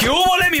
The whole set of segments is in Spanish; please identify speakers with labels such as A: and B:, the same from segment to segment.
A: ¿Qué hubo, mi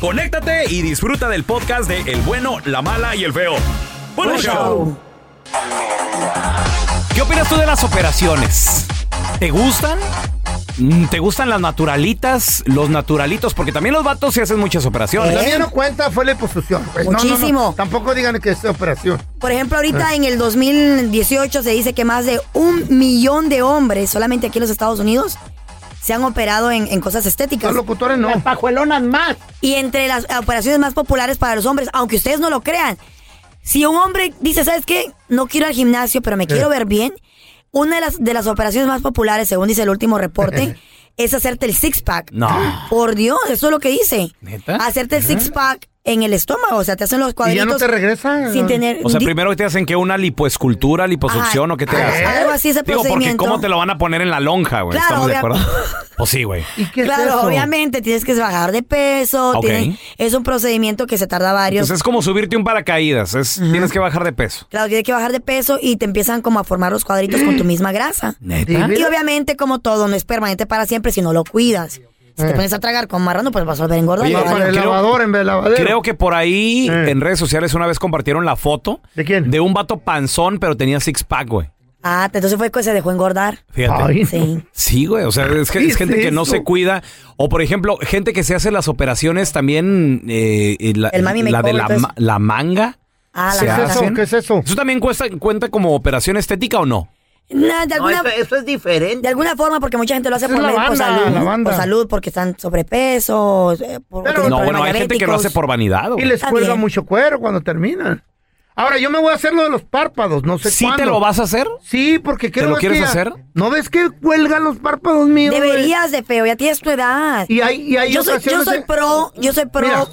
A: conéctate y disfruta del podcast de El bueno, la mala y el feo. Bueno,
B: Buen
A: show.
B: ¿Qué opinas tú de las operaciones? ¿Te gustan? Mm, ¿Te gustan las naturalitas? Los naturalitos, porque también los vatos se hacen muchas operaciones.
C: También no cuenta fue la liposucción. pues. No, no, no.
D: ¿Eh? Muchísimo.
C: Tampoco digan que es operación.
D: Por ejemplo, ahorita en el 2018 se dice que más de un millón de hombres, solamente aquí en los Estados Unidos, se han operado en, en cosas estéticas.
C: Los locutores no. Las
D: pajuelonas más. Y entre las operaciones más populares para los hombres, aunque ustedes no lo crean, si un hombre dice, ¿sabes qué? No quiero ir al gimnasio, pero me
C: Eh.
D: quiero ver bien. Una de las, de las operaciones más populares, según dice el último
C: Eh.
D: reporte, es hacerte el six-pack.
B: No.
D: Por Dios, eso es lo que dice. Hacerte
C: Eh.
D: el six-pack en el estómago, o sea, te hacen los cuadritos.
C: te regresa?
D: Sin tener...
B: O sea,
D: di-
B: primero te hacen que una lipoescultura, liposucción
D: Ajá.
B: o qué te
D: Ajá.
B: hacen.
D: Algo así ese
B: Digo, porque
D: procedimiento.
B: cómo te lo van a poner en la lonja, güey. ¿Estamos
D: Claro,
B: de
D: obvia-
B: acuerdo? Pues sí, güey.
D: claro, obviamente tienes que bajar de peso.
B: Ok.
D: tiene- es un procedimiento que se tarda varios.
B: Entonces es como subirte un paracaídas. Es, Tienes que bajar de peso.
D: Claro, tienes que bajar de peso y te empiezan como a formar los cuadritos con tu misma grasa.
B: ¿Neta?
D: Y obviamente, como todo, no es permanente para siempre si no lo cuidas. Si te
B: Eh.
D: pones a tragar con marrano, pues vas a volver a engordar.
B: Oye,
D: ¿verdad?
B: creo-
C: en vez de lavadero.
B: Creo que por ahí en redes sociales una vez compartieron la foto. ¿De quién? De un vato panzón, pero tenía six pack, güey.
D: Ah, entonces fue que se dejó engordar.
B: Fíjate.
D: Sí.
B: Sí, güey. O sea, es, que-
D: ¿Qué
B: es
D: es
B: gente que no
D: eso?
B: se cuida. O, por ejemplo, gente que se hace las operaciones también. eh, eh, la
D: El mami me
B: la de
D: cobra,
B: la,
D: entonces.
B: ma- la manga.
D: Ah, la
B: se
D: manga.
B: hacen. ¿Eso también cuesta, cuenta como operación estética o no?
D: Nah, de
E: No,
D: alguna,
E: eso-
D: es diferente. De alguna forma, porque mucha gente lo hace
E: Esa
D: por,
E: es la
D: medio- por
E: banda,
D: salud.
E: la banda.
D: Por salud, porque están sobrepeso. eh, por- tienen
B: no,
D: problemas
B: bueno, hay gente que lo
D: diabéticos.
B: hace por vanidad. güey.
C: Y les
D: Está
C: cuelga
D: bien.
C: mucho cuero cuando terminan. Ahora, yo me voy a hacer lo de los párpados, no sé
B: ¿Sí
C: cuándo.
B: te lo vas a hacer?
C: Sí, porque creo
B: lo
C: que
B: quieres
C: ya-
B: hacer?
C: ¿No ves que cuelgan los párpados míos? güey?
D: Deberías de feo, ya tienes tu edad.
C: Y hay- y hay
D: yo, soy, yo
C: ocasiones
D: soy
C: de-
D: pro, yo soy pro
C: Mira.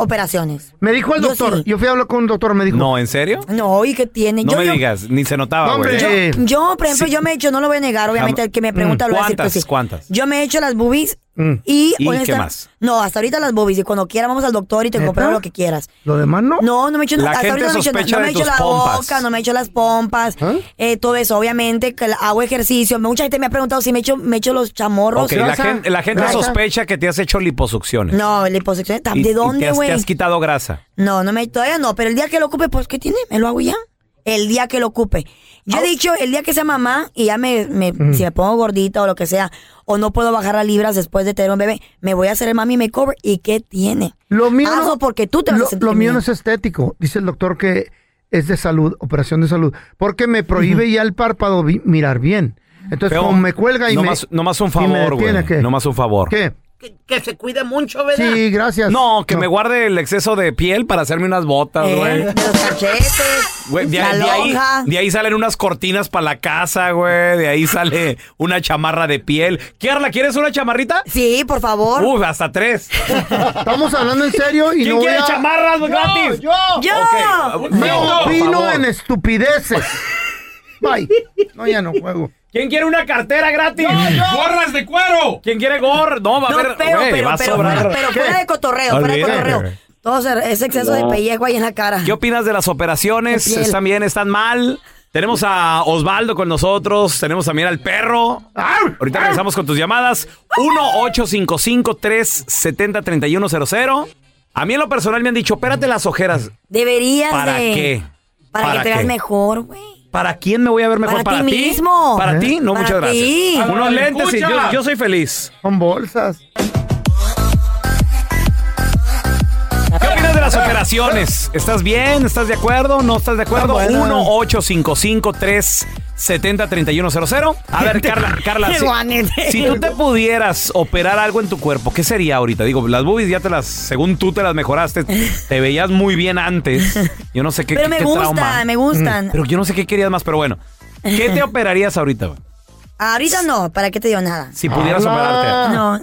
D: operaciones.
C: Me dijo el
D: Yo
C: doctor. Yo,
D: sí.
C: fui a hablar con un doctor, me dijo.
B: No, ¿en serio?
D: No, ¿y qué tiene?
B: No
D: yo,
B: me
D: yo-
B: digas, ni se notaba, güey.
D: Yo, yo, por ejemplo, yo me he hecho, no lo voy a negar, obviamente,
B: Jam-
D: el que me pregunta lo va a decir que
B: ¿Cuántas?
D: sí.
B: ¿Cuántas?
D: Yo me he hecho las boobies
B: Mm.
D: y...
B: ¿Y qué
D: honesta-
B: más?
D: No, hasta ahorita las boobies y cuando quiera vamos al doctor y te
C: ¿Neta?
D: compramos lo que quieras.
C: Lo demás no.
D: No, no me he hecho
C: La
D: hasta
C: gente
D: ahorita no me he hecho,
C: sospecha
D: no me
C: de
D: he hecho
C: tus
D: la
C: pompas.
D: boca, no me he hecho las pompas,
C: ¿Ah?
D: eh, todo eso, obviamente, que la- hago ejercicio. Mucha gente me ha preguntado si me he hecho, me he hecho los chamorros.
B: Ok, la,
D: grasa.
B: gente, la gente
D: Grasa.
B: sospecha que te has hecho liposucciones.
D: No, la liposucción.
B: Y-
D: ¿De
B: y te
D: dónde,
B: has-
D: güey?
B: Te has quitado grasa.
D: No, no me todavía no, pero el día que lo ocupe, pues ¿qué tiene? Me lo hago ya. El día que lo ocupe. Yo
B: Oh.
D: he dicho, el día que sea mamá y ya me, me- si me pongo gordita o lo que sea, o no puedo bajar a libras después de tener un bebé, me voy a hacer el mami makeover y ¿qué tiene?
C: Lo mío
D: Hazlo
C: no-
D: Ah, porque tú te vas
C: lo,
D: a sentir
C: lo mío
D: bien.
C: no es estético. Dice el doctor que es de salud, operación de salud. Porque me prohíbe ya el párpado vi- mirar bien. Entonces,
B: Feo,
C: como me cuelga y
B: no
C: me.
B: Más, no más un
C: y me
B: favor,
C: detiene,
B: güey.
C: ¿qué?
B: No más un favor.
C: ¿Qué?
E: Que se cuide mucho, ¿verdad?
C: Sí, gracias.
B: No, que me guarde el exceso de piel para hacerme unas botas,
E: Eh,
B: güey. Güey, de,
E: la
B: de ahí,
E: lonja.
B: de ahí salen unas cortinas para la casa, güey. De ahí sale una chamarra de piel. Kiarla, ¿quieres una chamarrita?
D: Sí, por favor.
B: Uy, hasta tres.
C: Estamos hablando en serio y
B: ¿Quién
C: no voy
B: quiere
C: a-
B: chamarras
C: Yo,
B: gratis?
C: Yo,
B: Yo. Ok,
C: Me
B: no, por
C: opino
B: favor.
C: en estupideces. Bye. No, ya no juego.
B: ¿Quién quiere una cartera gratis?
C: Yo, yo.
B: ¡Gorras de cuero! ¿Quién quiere gorra? No, va a
D: No,
B: haber.
D: pero,
B: güey,
D: pero,
B: va a
D: pero,
B: sobrar.
D: fuera- pero fuera de cotorreo, fuera de
B: Olvídate,
D: cotorreo.
B: güey.
D: Todo ese ese exceso de pellejo ahí en la cara.
B: ¿Qué opinas de las operaciones?
D: De piel.
B: ¿Están bien? ¿Están mal? Tenemos a Osvaldo con nosotros, tenemos también al perro. Ahorita regresamos con tus llamadas. 1-855-370-3100. A mí en lo personal me han dicho, pérate las ojeras.
D: Deberías
B: ¿Para
D: de...
B: qué?
D: Para,
B: ¿Para
D: que te veas
B: qué?
D: mejor, güey.
B: ¿Para quién me voy a ver mejor?
D: Para ti mismo.
B: ¿Para ti? No,
D: Para
B: muchas gracias.
D: ti.
B: Unos lentes y yo,
A: escucha.
B: yo soy feliz.
C: Son bolsas.
B: ¿Qué opinas de las operaciones? ¿Estás bien? ¿Estás de acuerdo? ¿No estás de acuerdo?
C: Está buena.
B: 1-855-370-3100. A ver, Carla, Carla,
D: Qué
B: si,
D: guanete.
B: si tú te pudieras operar algo en tu cuerpo, ¿qué sería ahorita? Digo, las boobies ya te las, según tú te las mejoraste, te veías muy bien antes. Yo no sé qué,
D: Pero
B: qué-
D: me
B: qué
D: gustan,
B: trauma.
D: me gustan.
B: Pero yo no sé qué querías más, pero bueno. ¿Qué te operarías ahorita? güey?
D: Ahorita no, ¿para qué te digo nada?
B: Si pudieras
C: ¡Hala!
B: operarte.
D: No.
B: O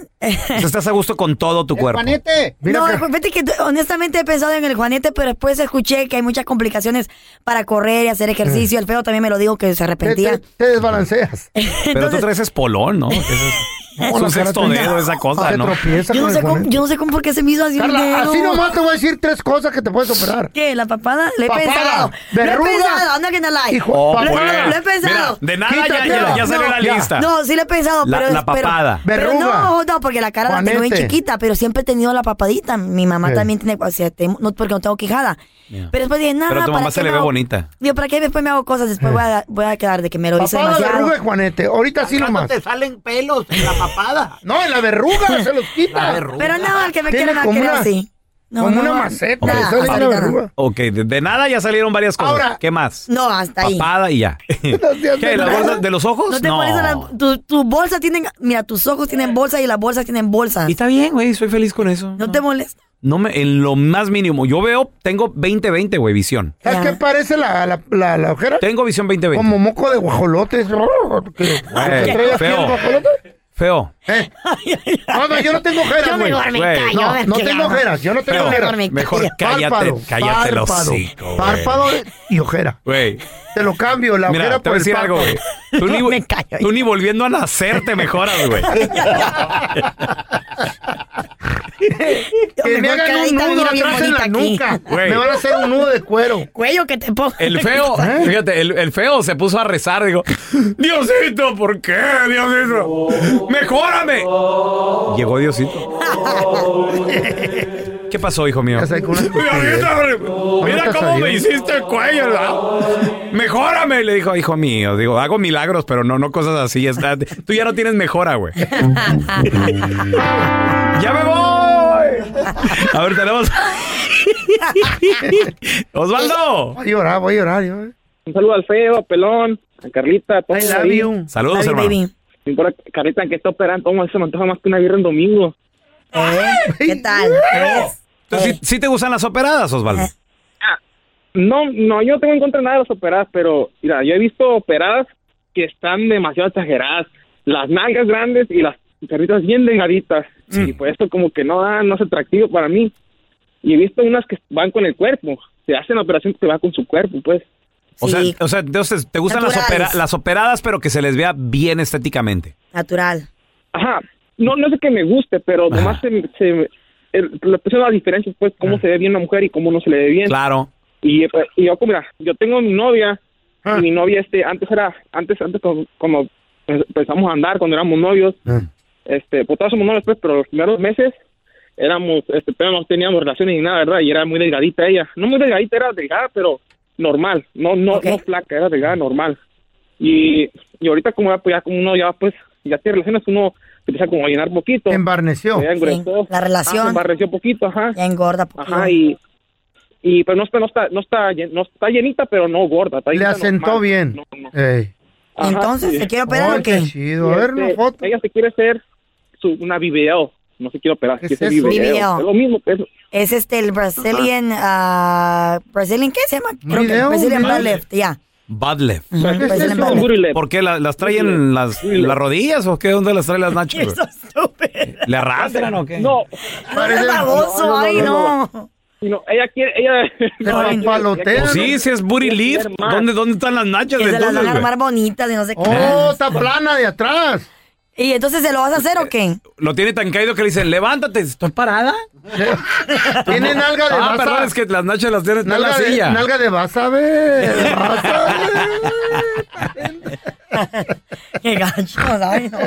B: sea, estás a gusto con todo tu cuerpo.
C: ¡Panete! Mira
D: no,
C: que-
D: fíjate que honestamente he pensado en el Juanete, pero después escuché que hay muchas complicaciones para correr y hacer ejercicio. El feo también me lo dijo que se
C: te,
D: arrepentía.
C: Eh. te- te desbalanceas.
B: Pero tú traes espolón, ¿no? Es, es
C: la
B: un sexto
C: cara te-
B: dedo esa cosa,
C: te
B: ¿no?
C: tropieza
D: Yo no,
C: con
D: sé
C: el
D: cómo,
C: Juanete.
D: yo no sé cómo por qué se me hizo así el
C: Carla,
D: dedo.
C: así nomás te voy a decir tres cosas que te puedes operar.
D: ¿Qué? ¿La papada? Lo he
C: Papada,
D: pensado. Lo
C: verrugas.
D: he pensado. I'm not gonna lie.
C: Hijo,
B: Oh,
D: lo, he-
C: papada,
B: pues.
D: lo he pensado.
B: Mira, de nada ya-
C: Quítate.
B: ya, ya salió
D: No,
B: la
C: ya.
B: lista.
D: No, sí lo he pensado,
B: La-
D: pero...
B: la papada.
D: Pero, pero
C: Verruga.
D: no, no, porque la cara la tengo bien
C: Juanete.
D: chiquita, pero siempre he tenido la papadita. Mi mamá
C: Sí.
D: también tiene... O sea, tengo- no, porque no tengo quijada. Pero después dije, nada,
B: Pero a tu
D: ¿para
B: mamá se
D: qué
B: le
D: me
B: ve
D: hago-
B: bonita.
D: Digo, ¿para qué después me hago cosas? Después voy
C: Eh.
D: a, voy a quedar de que me lo hice
C: Papada,
D: demasiado.
C: verruga, y Juanete. Oh, Ahorita sí
E: Al rato
C: nomás.
E: te salen pelos en la papada.
C: No, en la verruga se los quita.
E: La verruga.
D: Pero no, el que me
C: Tiene
D: quiera me va a
C: como
D: querer
C: una-
D: así. No,
C: como
D: no,
C: una
D: no.
C: maceta.
D: Nada,
C: le sale una
D: hasta Ah, ahorita no.
C: verruga.
B: Ok, de, de nada ya salieron varias cosas.
C: Ahora-
B: ¿Qué más?
D: No, hasta ahí.
B: Papada y ya.
C: seas
B: ¿Qué? ¿La
C: menso.
B: bolsa de los ojos?
D: No te pones a la- tu, tu bolsa tienen, mira, tus ojos tienen bolsa y las bolsas tienen bolsa.
B: Y está bien, güey, soy feliz con eso.
D: No te molesta.
B: No me, en lo más mínimo. Yo veo, tengo 20-20, güey, visión.
C: ¿Sabes
D: Ya.
C: qué parece la, la, la, la ojera?
B: Tengo visión 20-20.
C: Como moco de guajolote. es raro, que- que trae aquí el
B: feo.
C: guajolote.
B: Feo.
C: Eh. No, no, yo no tengo ojeras, güey.
B: me callo,
C: No, no tengo ojeras, yo no tengo
B: Feo.
C: ojeras.
D: me
B: Mejor cállate,
C: Párpado,
B: cállate los
C: párpado,
B: hocico, güey.
C: Párpado y ojera.
B: Güey,
C: Te lo cambio, la
B: mira,
C: ojera
B: te
C: por
B: voy a
C: el
B: decir algo,
C: párpado.
B: güey. Tú, ni,
D: me callo.
B: tú ni volviendo a nacer te mejoras, güey.
C: Que me hagan un nudo atrás en la nuca.
B: Güey.
C: Me van a hacer un nudo de cuero.
D: Cuello que te pongo.
B: El feo, fíjate, el, el feo se puso a rezar, digo, Diosito, ¿por qué, Diosito? ¡Mejórame! Llegó Diosito. ¿Qué pasó, hijo mío?
C: Ya sé, con una estupidez.
B: Diosito,
C: Ahorita
B: mira cómo
C: salió.
B: me hiciste el cuello, ¿verdad? Mejórame, le dijo, hijo mío. Digo, hago milagros, pero no, no cosas así. está- tú ya no tienes mejora, güey. ¡Ya me voy! A ver, tenemos. ¡Osvaldo!
C: Voy a llorar, voy a llorar. yo. eh.
F: Un saludo al Feo, a Pelón, a Carlita, a todos
C: I love
F: ahí.
C: you.
B: Saludos,
D: Baby,
B: hermano.
D: baby.
F: Sin importar, Carlita, ¿en qué está operando? ¿Cómo se me antoja más que una birra en domingo?
D: Eh, ¿Qué tal? ¿Ves? Eh.
B: Entonces, ¿sí, sí te gustan las operadas, Osvaldo?
F: No, no, yo no tengo en contra nada de las operadas, pero mira, yo he visto operadas que están demasiado exageradas. Las nalgas grandes y las carritas bien delgaditas.
C: Mm.
F: Y pues esto como que no da, no es atractivo para mí. Y he visto unas que van con el cuerpo. Se hace la operación que va con su cuerpo, pues.
B: O, sea,
D: Sí,
B: o sea, entonces, ¿te gustan las,
D: Naturales.
B: opera- las operadas, pero que se les vea bien estéticamente?
D: natural.
F: Ajá, no, no sé que me guste, pero nomás se, se, el- le puse las diferencias, pues, cómo se ve bien una mujer y cómo no se le ve bien.
B: Claro.
F: Y, eh, pues, y yo, como, mira, yo tengo mi novia, y mi novia, este, antes era, antes, antes como, como empezamos a andar cuando éramos novios, este, pues todos somos novios, pues, pero los primeros meses éramos, este, pero no teníamos relaciones ni nada, ¿verdad? Y era muy delgadita ella. No muy delgadita, era delgada, pero normal, no, no,
D: Ok.
F: no flaca, era delgada, normal. Y, y ahorita como ya, pues, ya como uno ya, pues, ya tiene relaciones, uno se empieza como a llenar poquito.
C: Embarneció.
F: Ya engordó.
D: la relación.
F: Ah, se embarreció poquito, ajá.
D: Ya engorda poquito.
F: Ajá, y, y pero no está, no está, no está, llen- no está llenita, pero no gorda. Está
C: Le
F: llenita
C: asentó
F: normal.
C: bien.
F: No, no.
C: Ey.
F: Ajá,
D: Entonces,
F: sí.
D: ¿se quiere operar
C: Ay,
D: o qué?
C: qué chido. A ver
F: Este,
C: una foto.
F: Ella se quiere hacer su, una video. No se quiere operar,
C: ¿Qué
F: quiere
C: es
F: ser
C: eso?
F: video.
D: BBL.
F: Es lo mismo, pues. es,
D: Es este, el Brazilian, ah, Brazilian, ¿qué se llama? Creo que
C: video,
D: Brazilian
C: video.
D: butt lift, ya.
B: Bad left.
D: Ujú,
C: ¿Qué es
D: Brazilian
C: eso?
D: butt lift.
F: booty left.
B: ¿Por qué? ¿La- ¿Las traen las, las rodillas o qué? ¿Dónde las traen las nachas? güey? ¿Le arrastran o qué?
F: No,
D: No seas
C: Parece-
D: baboso, ay, no.
F: no, ella quiere, ella...
C: Pero
F: ella
C: un
F: quiere-
C: paloteo.
F: ella
B: Pues sí, sí es booty lift. ¿Dónde, ¿Dónde están las nachas
D: Que se las
B: entonces,
D: van a
B: güey? ¿Eh?
D: armar bonitas y no sé qué.
C: Oh, está plana de atrás.
D: ¿Y entonces se lo vas a hacer o qué?
B: Lo tiene tan caído que le dicen, levántate, ¿estoy parada?
C: Tiene nalga de
B: Ah,
C: baza.
B: perdón, es que las nachas las tienes en la
C: Nalga de,
B: silla.
C: nalga de vas a ver. vas a ver.
D: Qué gancho, ay, no.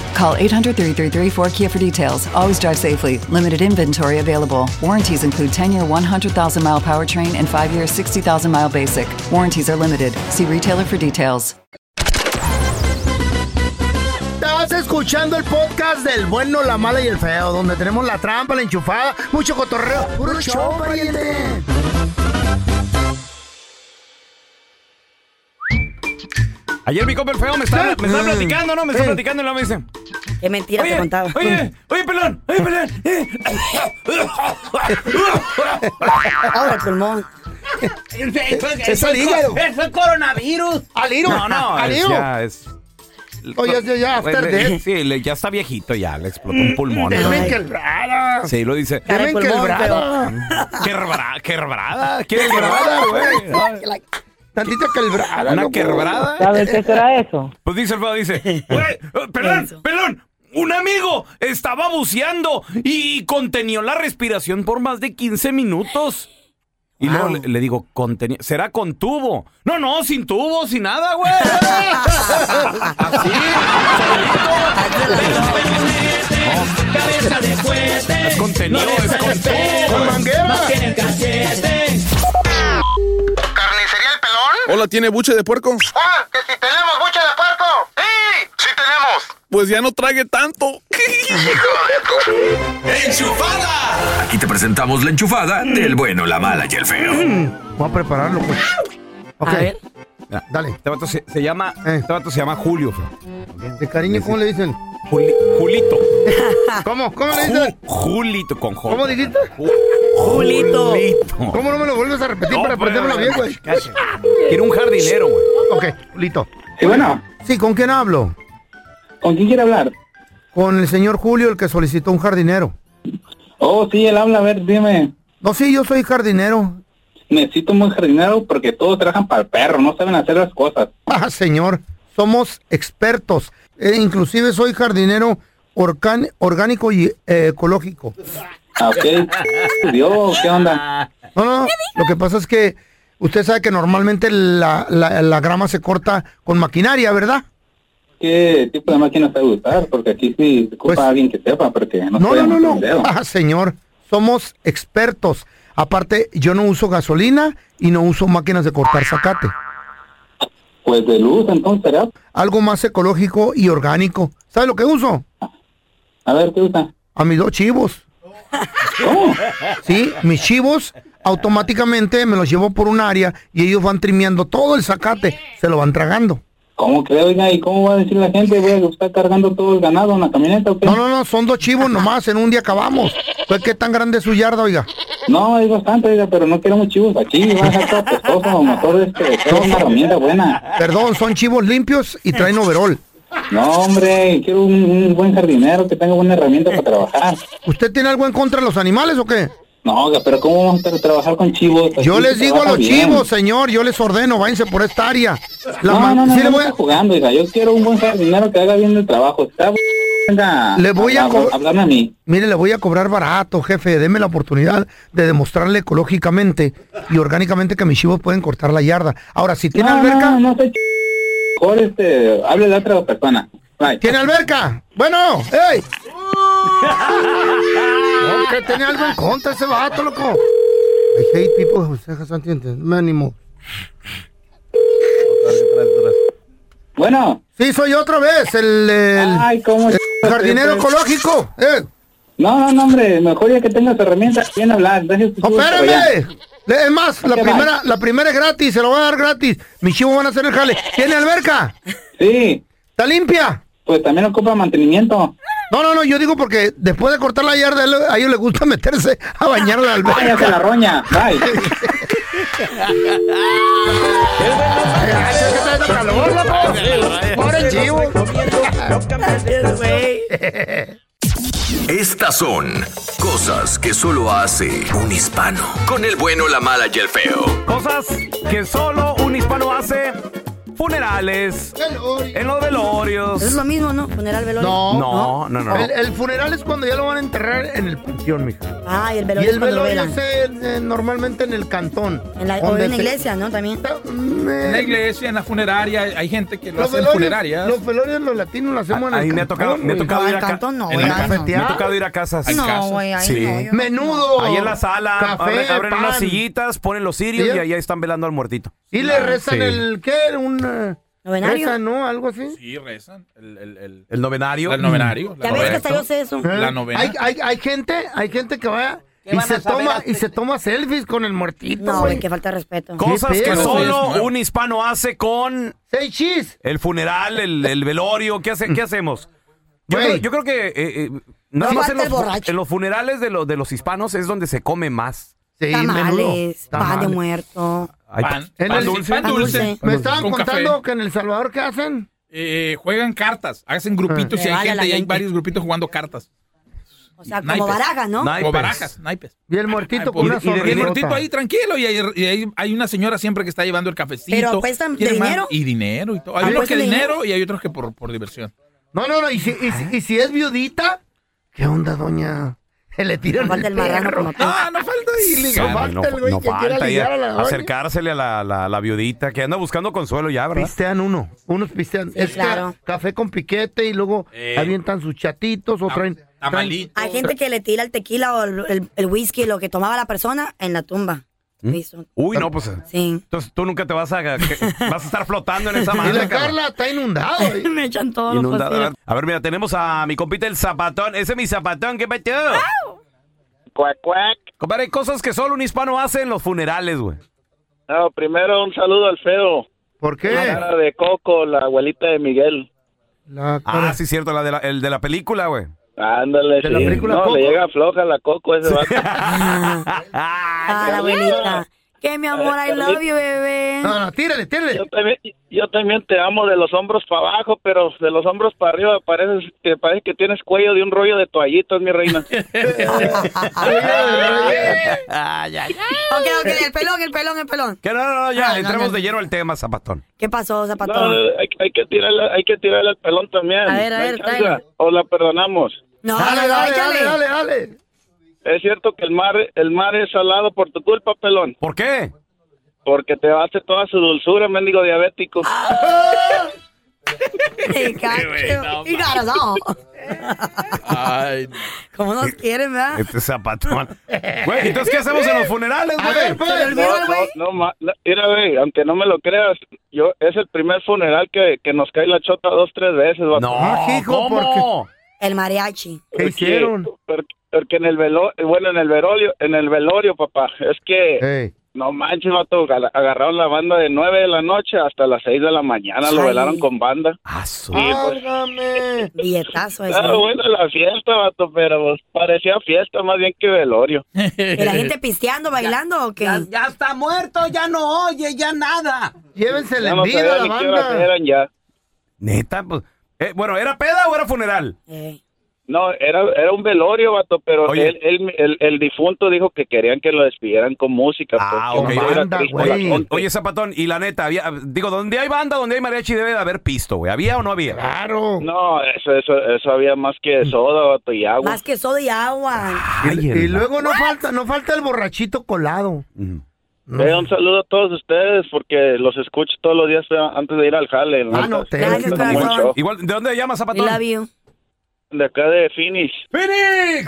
G: Call 800 333 kia for details. Always drive safely. Limited inventory available. Warranties include 10 year 100,000 mile powertrain and 5 year 60,000 mile basic. Warranties are limited. See retailer for details.
C: Estás escuchando el podcast del bueno, la mala y el feo, donde tenemos la trampa, la enchufada, mucho cotorreo. ¡Puro show, pariente!
B: Ayer mi compa el feo me estaba, me estaba platicando, ¿no? Me estaba
C: Eh.
B: platicando y luego me dice,
D: Qué mentira te Mm.
B: oye,
D: contaba.
B: oye, oye, pelón, oye, pelón. eh".
D: Ahora el pulmón.
C: Es al hígado.
E: Eso es coronavirus.
C: ¡Al hilo!
B: No, no,
C: ¡Al
B: es-
C: hilo!
B: ya es...
C: Oye, ya, ya, after
B: Le- le-
C: death. Mm.
B: Sí, le- ya está viejito ya, le explotó un pulmón. ¿no?
C: Deben quebrada.
B: Sí, lo dice.
D: Cara de
C: Deben
D: pulmón,
C: quebrada.
B: Quebrada, quebrada, quebrada, güey.
C: Tantita quebrada.
B: Una
C: loco.
B: quebrada.
H: ¿Sabes qué será eso?
B: Pues dice el feo, dice, güey, eh, pelón, pelón. Un amigo estaba buceando y contenió la respiración por más de 15 minutos. Y luego le, le digo, contenió, ¿será con tubo? No, no, sin tubo, sin nada, güey. Así.
E: Cabeza de fuerte.
B: Es contenido, es con
C: Con
B: tubo.
C: manguera.
E: Tiene cachete.
I: ¿Carnicería el pelón?
J: Hola, ¿tiene buche de puerco?
I: ¡Ah! ¡Que si tenemos bucha de puerco! ¡Sí! ¡Sí tenemos!
J: Pues ya no trague tanto.
A: Aquí te presentamos la enchufada del bueno, la mala y el feo.
C: Mm. Voy a prepararlo, pues. Ok.
D: A ver.
B: Mira,
C: Dale.
B: Este vato se, se llama,
C: Eh.
B: este vato se llama Julio, feo.
C: De cariño, ¿cómo le dicen?
B: Juli- Julito.
C: ¿Cómo? ¿Cómo le dicen?
B: Ju- Julito con J.
C: ¿Cómo dijiste?
B: Ju-
D: Julito.
B: Julito.
C: ¿Cómo no me lo vuelves a repetir
B: No,
C: para
B: pues,
C: aprendérmelo bien, güey?
B: Quiero un jardinero, güey.
C: Ok, listo.
H: Y bueno,
C: Sí, ¿con quién hablo?
H: ¿con quién quiere hablar?
C: Con el señor Julio, el que solicitó un jardinero.
H: Oh, sí, él habla, a ver, dime.
C: No, sí, yo soy jardinero.
H: Necesito un buen jardinero porque todos trabajan para el perro, no saben hacer las cosas.
C: Ah, señor, somos expertos. Eh, inclusive soy jardinero orcan- orgánico y eh, ecológico.
H: Ah, ok. Dios, ¿qué onda?
C: No, no, lo que pasa es que usted sabe que normalmente la, la- la grama se corta con maquinaria, ¿verdad?
H: ¿Qué tipo de máquina sabe usar? Porque aquí sí se ocupa
C: Pues-
H: alguien que sepa, porque no,
C: No, no,
H: sabemos
C: no,
H: un
C: no.
H: dedo.
C: Ah, señor, somos expertos. Aparte, yo no uso gasolina y no uso máquinas de cortar zacate.
H: Pues de luz, entonces, ¿será?
C: Algo más ecológico y orgánico. ¿Sabe lo que uso?
H: A ver, ¿qué usa?
C: A mis dos chivos.
H: Oh,
C: Sí, mis chivos automáticamente me los llevo por un área y ellos van trimeando todo el zacate, se lo van tragando.
H: ¿Cómo creo, oiga? ¿Y cómo va a decir la gente? Voy a estar cargando todo el ganado en la camioneta, ¿o qué?
C: No, no, no, son dos chivos nomás, en un día acabamos. Pues qué tan grande es su yarda, oiga.
H: No, es bastante, oiga, pero no queremos chivos aquí. Va a ser todo apestoso, motor este, es una herramienta buena.
C: Perdón, son chivos limpios y traen overol.
H: No, hombre, quiero un, un buen jardinero que tenga buena herramienta para trabajar.
C: ¿Usted tiene algo en contra de los animales o qué?
H: No, oiga, pero ¿cómo vamos a tra- trabajar con chivos?
C: Yo
H: Aquí
C: les
H: se
C: digo a
H: trabaja
C: los
H: bien.
C: chivos, señor, yo les ordeno, váyanse por esta área. La
H: no,
C: ma-
H: no, no,
C: sí
H: no,
C: le
H: no
C: voy a-
H: está jugando, oiga. Yo quiero un buen jardinero que haga bien el trabajo. Está venga,
C: Le voy a, co-
H: hablarme a mí.
C: Mire, le voy a cobrar barato, jefe. Deme la oportunidad de demostrarle ecológicamente y orgánicamente que mis chivos pueden cortar la yarda. Ahora, si tiene
H: No,
C: alberca.
H: no, no estoy Mejor este, hable de otra persona. Bye.
C: ¿Tiene alberca? Bueno, ¡ey! No, que tenía algo en contra ese vato, loco. I hate people who say has antientes. Me animo.
H: Bueno.
C: Sí, soy otra vez, el, el-
H: Ay, cómo
C: el jardinero
H: siempre.
C: ecológico. Eh.
H: No, no, no, hombre, mejor ya que tengas herramientas, bien hablar. Dejes tu
C: ¡Espérame! Le- Es más, la
H: Ok, bye.
C: primera, la primera es gratis, se lo voy a dar gratis. Mis chivos van a hacer el jale. ¿Tiene alberca?
H: Sí.
C: ¿Está limpia?
H: Pues también ocupa mantenimiento.
C: No, no, no, yo digo porque después de cortar la yarda, él- a ellos les gusta meterse a bañar la alberca.
H: Váyase la roña, bye.
K: Estas son cosas que solo hace un hispano. Con el bueno, la mala y el feo.
B: Cosas que solo un hispano hace. Funerales. En los velorios.
D: Es lo mismo, ¿no? Funeral velorio.
C: No,
B: No, no, no.
C: El, el funeral es cuando ya lo van a enterrar en el panteón, mija.
D: Ah, y el
C: Y
D: velorio.
C: el
D: es cuando lo
C: velorio
D: velan.
C: es el- eh, normalmente en el cantón.
D: En la, o
C: donde
D: en la
C: se-
D: iglesia, ¿no? También.
C: En
L: la iglesia, en la funeraria, hay gente que lo
C: Los
L: hace en
C: velorios-
L: funerarias.
C: Los velorios los latinos lo hacemos
L: Ahí
C: en el
L: me ha tocado-
C: cantón,
L: me ha
C: güey.
L: tocado
B: ir a ca-
L: en la ca-
C: me ha
B: tocado ir a casas.
C: No,
D: güey, ahí
B: Sí.
D: no, yo-
C: Menudo.
B: Ahí en la sala
C: Café,
B: abren, abren
C: pan.
B: unas sillitas, ponen los cirios
C: ¿Sí?
B: y ahí están velando al muertito.
C: Y le rezan
B: Sí.
C: el, ¿qué? Un... eh,
D: ¿Novenario?
C: Rezan, ¿no? Algo así.
L: Sí, rezan. El, el, el,
B: El novenario.
L: El novenario.
D: Mm. Ya ves que hasta yo sé eso.
L: La
C: ¿Eh?
L: novena.
C: Hay, hay, hay gente, hay gente que va y
D: van a
C: se
D: saber
C: toma
D: hasta-
C: y se toma selfies con el muertito.
D: No,
C: güey.
D: güey, que falta de respeto.
B: Cosas
C: ¿Qué
B: que
C: pedo?
B: solo un hispano hace con
C: Say cheese.
B: el funeral, el, el velorio. ¿Qué,
C: Mm.
B: hace- qué hacemos? Yo creo, yo creo que eh, eh, nada
D: No
B: más en
D: falta el
B: los,
D: borracho.
B: en los funerales de, los de los hispanos es donde se come más.
C: Sí,
D: Tamales,
C: menudo.
D: pan de
C: Tamales.
D: muerto.
B: Hay-
C: En
L: pan
C: el-
L: dulce. Pan dulce.
C: Me estaban
L: Con café.
C: contando que en El Salvador, ¿qué hacen?
L: Eh, juegan cartas, hacen grupitos
C: Ah.
L: y
C: Se
L: hay
C: vale la
L: gente, y hay
C: gente.
L: varios grupitos jugando cartas.
D: O sea, como
L: Naipes.
D: barajas, Ah, ¿no?
L: Como barajas, naipes. pues,
C: Y el muertito con
L: Y-
C: una
L: y, de- y el muertito
C: sonrisota.
L: ahí tranquilo y, hay, y hay- hay una señora siempre que está llevando el cafecito.
D: Pero apuestan de
L: Quiere más-
D: dinero.
L: Y dinero y todo. Hay unos que
D: ¿Apuestan de
L: dinero, y hay otros que por, por diversión.
C: No, no, no. ¿Y si, y, si- y si es viudita? ¿Qué onda, doña? Se le tiran
D: Falta el marrano como tú.
L: Ah, no falta y
C: No falta el güey que quiera
B: falta ahí
C: ligar a la doña.
B: acercársele a la, la- la viudita que anda buscando consuelo ya, ¿verdad?
C: Pistean uno, unos pistean. es que
D: claro.
C: café con piquete y luego
L: Eh.
C: avientan sus chatitos o traen...
L: Tamalito.
D: Hay gente que le tira el tequila o el, el- el whisky, lo que tomaba la persona, en la tumba.
B: ¿Mm?
D: Listo.
B: Uy, no, pues.
D: Sí.
B: Entonces tú nunca te vas a. que- vas a estar flotando en esa
C: Y
B: madre.
C: la
B: cabrón.
C: Carla está inundada. güey.
D: Me echan todo
C: pues,
D: lo
B: Inundado. A ver,
D: posible.
B: a ver, mira, tenemos a mi compita el zapatón. Ese es mi zapatón, ¿qué peteo?
M: Cuac, cuac.
B: Compadre, hay cosas que solo un hispano hace en los funerales, güey.
M: No, primero un saludo al feo.
C: ¿Por qué?
M: La cara de Coco, la abuelita de Miguel.
B: Ah, sí, cierto, la de la, el de la película, güey.
M: Ándale,
B: ¿De la
M: sí.
B: película
M: no,
B: Coco?
M: le llega floja la Coco ese vato.
D: Ah, la abuelita. Que mi amor, I love you, bebé.
C: No, no, tírale, tírale.
M: Yo también, yo también te amo de los hombros para abajo, pero de los hombros para arriba pareces, te parece que tienes cuello de un rollo de toallitas, mi reina.
B: Ay, ay.
D: Ok, ok, el pelón, el pelón, el pelón.
B: Que no, no, no, ya,
D: Ah, no,
B: entramos
D: no.
B: de lleno al tema, zapatón.
D: ¿Qué pasó,
M: No,
D: zapatón?
M: hay, hay que tirarle, hay que tirarle al pelón también.
D: A ver, a
M: No hay
D: ver,
M: chance.
D: tráela.
M: O la perdonamos.
D: No,
C: Dale,
D: no, no,
C: dale,
D: échale.
C: dale, dale, dale.
M: Es cierto que el mar, el mar es salado por tu culpa, pelón.
B: ¿Por qué?
M: Porque te hace toda su dulzura, mendigo diabético.
D: Ah, Hey, got you. You got us all.
L: Ay,
D: Como nos quieren, ¿verdad?
B: Este zapatón. Güey, entonces, ¿qué hacemos en los funerales,
C: A
B: güey?
C: ver, pues.
M: No, no, no, ma- no, mira, güey, aunque no me lo creas, yo es el primer funeral que, que nos cae la chota dos, tres veces. vato. Ah,
B: No,
C: hijo,
B: ¿cómo?
D: El mariachi.
C: ¿Qué
B: Pues
C: hicieron?
M: Porque, porque en el velo, bueno, en el velorio, en el velorio, papá, es que
C: Ey.
M: no manches, vato, aga- agarraron la banda de nueve de la noche hasta las seis de la mañana, lo
D: Ay.
M: velaron con banda.
B: Ah,
M: Y, pues,
C: Válgame.
D: Billetazo ese.
M: estaba buena la fiesta, vato, pero pues, parecía fiesta más bien que velorio.
D: ¿Y la gente pisteando, bailando o qué?
E: Ya está muerto, ya no oye, ya nada.
C: Llévensela
M: Ya
C: en
M: no
C: vida
M: sabía
C: la
M: ni qué horas
C: banda.
M: eran ya.
B: Neta, pues. eh, bueno, ¿era peda o era funeral?
D: Eh,
M: No, era, era un velorio, vato, pero él, él- el, el difunto dijo que querían que lo despidieran con música.
B: Ah,
M: porque
B: ok.
M: no era triste la
B: Oye,
M: gente.
B: oye, Zapatón, y la neta, había- digo, donde hay banda, donde hay mariachi, debe de haber pisto, güey. ¿Había o no había?
C: Claro.
M: No, eso, eso, eso había más que soda, vato, y agua.
D: Más que soda y agua.
C: Y, y luego no falta, no falta el borrachito colado.
M: Eh, un saludo a todos ustedes porque los escucho todos los días eh, antes de ir al jale. Ah, no, te
B: Igual, ¿de dónde llamas, Zapatón?
D: I love you.
M: De acá de Phoenix.
B: ¡Phoenix!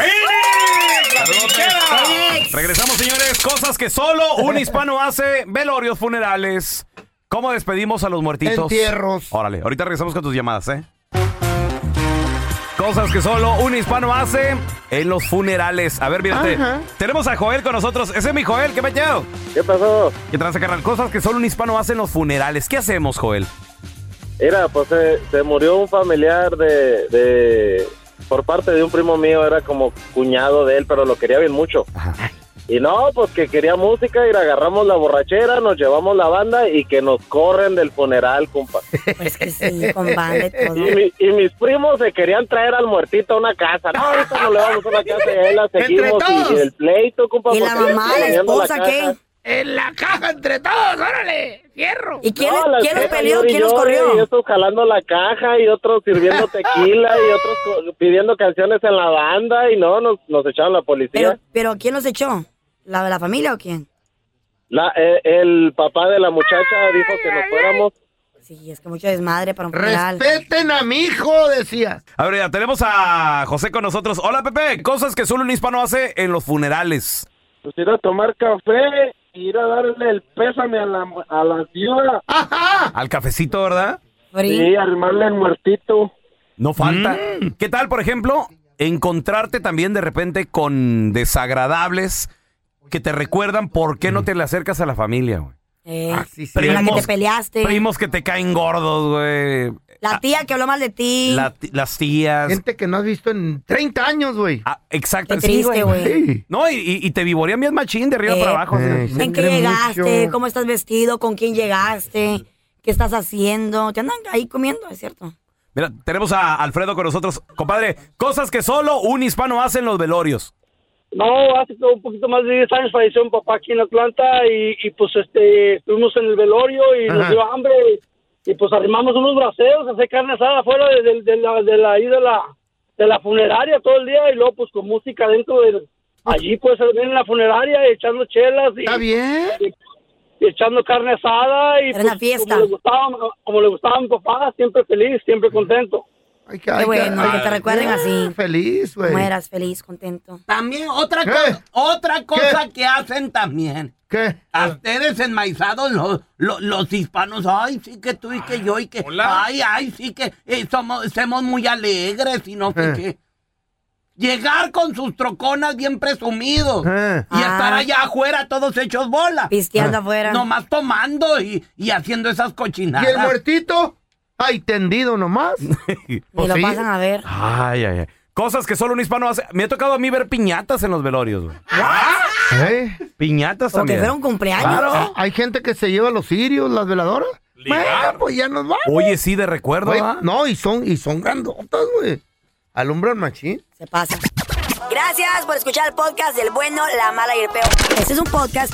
B: Regresamos, señores. Cosas que solo un hispano hace. Velorios, funerales. ¿Cómo despedimos a los muertitos?
C: Entierros.
B: Órale, ahorita regresamos con tus llamadas, ¿eh? Cosas que solo un hispano hace en los funerales. A ver, mírate.
N: Ajá.
B: Tenemos a Joel con nosotros. Ese es mi Joel, ¿qué me ¿Qué pasó? ¿Qué tranza, carnal? Cosas que solo un hispano hace en los funerales. ¿Qué hacemos, Joel?
N: Mira, pues se, se murió un familiar de, de- por parte de un primo mío, era como cuñado de él, pero lo quería bien mucho. Y no, pues que quería música y le agarramos la borrachera, nos llevamos la banda y que nos corren del funeral, compa.
D: Pues
N: y, mi- y mis primos se querían traer al muertito a una casa. No, ahorita no le vamos a una casa y ahí la seguimos y, y el pleito, compa.
D: ¿Y la
N: porque Pues, le
D: mamá,
N: están
D: la
N: dañando
D: esposa qué?
N: casa.
C: En la caja entre todos, órale, fierro.
D: ¿Y quién,
N: No, la
D: quién los
N: esposa
D: peleó?
N: llora y
D: ¿Quién los
N: llora,
D: corrió?
N: Y otros jalando la caja y otros sirviendo tequila y otros co- pidiendo canciones en la banda y no, nos, nos echaron la policía.
D: Pero, pero ¿quién los echó? ¿La de la familia o quién?
N: La, eh, el papá de la muchacha dijo que nos fuéramos.
D: Sí, es que mucho desmadre para un funeral.
C: Respeten a mi hijo, decía.
B: A ver, ya tenemos a José con nosotros. Hola, Pepe. Cosas que solo un hispano hace en los funerales.
O: pues ir a tomar café y ir a darle el pésame a la, a la viuda.
B: Ah. Al cafecito, ¿verdad?
O: Sí, armarle el muertito.
B: No falta. ¿Qué tal, por ejemplo, encontrarte también de repente con desagradables que te recuerdan por qué no te le acercas a la familia, güey?
D: Eh,
B: Ah, sí.
D: con la que
B: Primos-
D: te peleaste.
B: Primos que te caen gordos, güey.
D: La tía que habló mal de ti.
B: La ti- las tías. Ah,
C: Gente que no has visto en 30 años, güey.
B: exacto.
D: Qué triste, güey.
B: Sí. No, y, y- y te vivorean bien machín de arriba
D: Eh,
B: para abajo. sí.
D: ¿En qué llegaste? ¿Cómo estás vestido? ¿Con quién llegaste? ¿Qué estás haciendo? Te andan ahí comiendo, es cierto.
B: Mira, tenemos a Alfredo con nosotros. Compadre, cosas que solo un hispano hace en los velorios.
P: No, hace como un poquito más de 10 años falleció un papá aquí en Atlanta y, y, pues este, estuvimos en el velorio y
C: Ajá.
P: nos dio hambre y, y, pues arrimamos unos braseos, hacer carne asada afuera de, de- de la, de la, ahí de la, de la funeraria todo el día y luego pues con música dentro del, allí pues en la funeraria y echando chelas y, y- y echando carne asada y pues, Como, le gustaba, como le gustaba a mi papá, siempre feliz, siempre contento.
D: Qué bueno, que te recuerden así.
C: Feliz,
D: güey. Mueras feliz, contento.
E: También otra, co- otra cosa que hacen también.
C: ¿Qué?
E: A ustedes enmaizados los, los, los hispanos, ay, sí que tú y que yo y que... Ay, ay, sí que eh, somos, somos muy alegres y no sé
C: Eh.
E: qué. Llegar con sus troconas bien presumidos
C: Eh.
E: y estar allá afuera todos hechos bola.
C: Pisteando Ah. afuera.
E: Nomás tomando y, y haciendo esas cochinadas.
C: ¿Y el muertito? Ay, tendido nomás.
D: Y lo pasan a ver.
B: Ay, ay, ay. Cosas que solo un hispano hace. Me ha tocado a mí ver piñatas en los velorios, güey.
C: ¿Eh?
B: Piñatas también. Claro.
C: Ah, Hay gente que se lleva los sirios, las veladoras. Bueno, pues ya nos vamos.
B: Oye, sí, de recuerdo,
C: Güey,
B: ¿ah?
C: No, y son, y son grandotas, güey. Alumbran machín.
D: Se pasa. Gracias por escuchar el podcast del bueno, la mala y el peor. Este es un podcast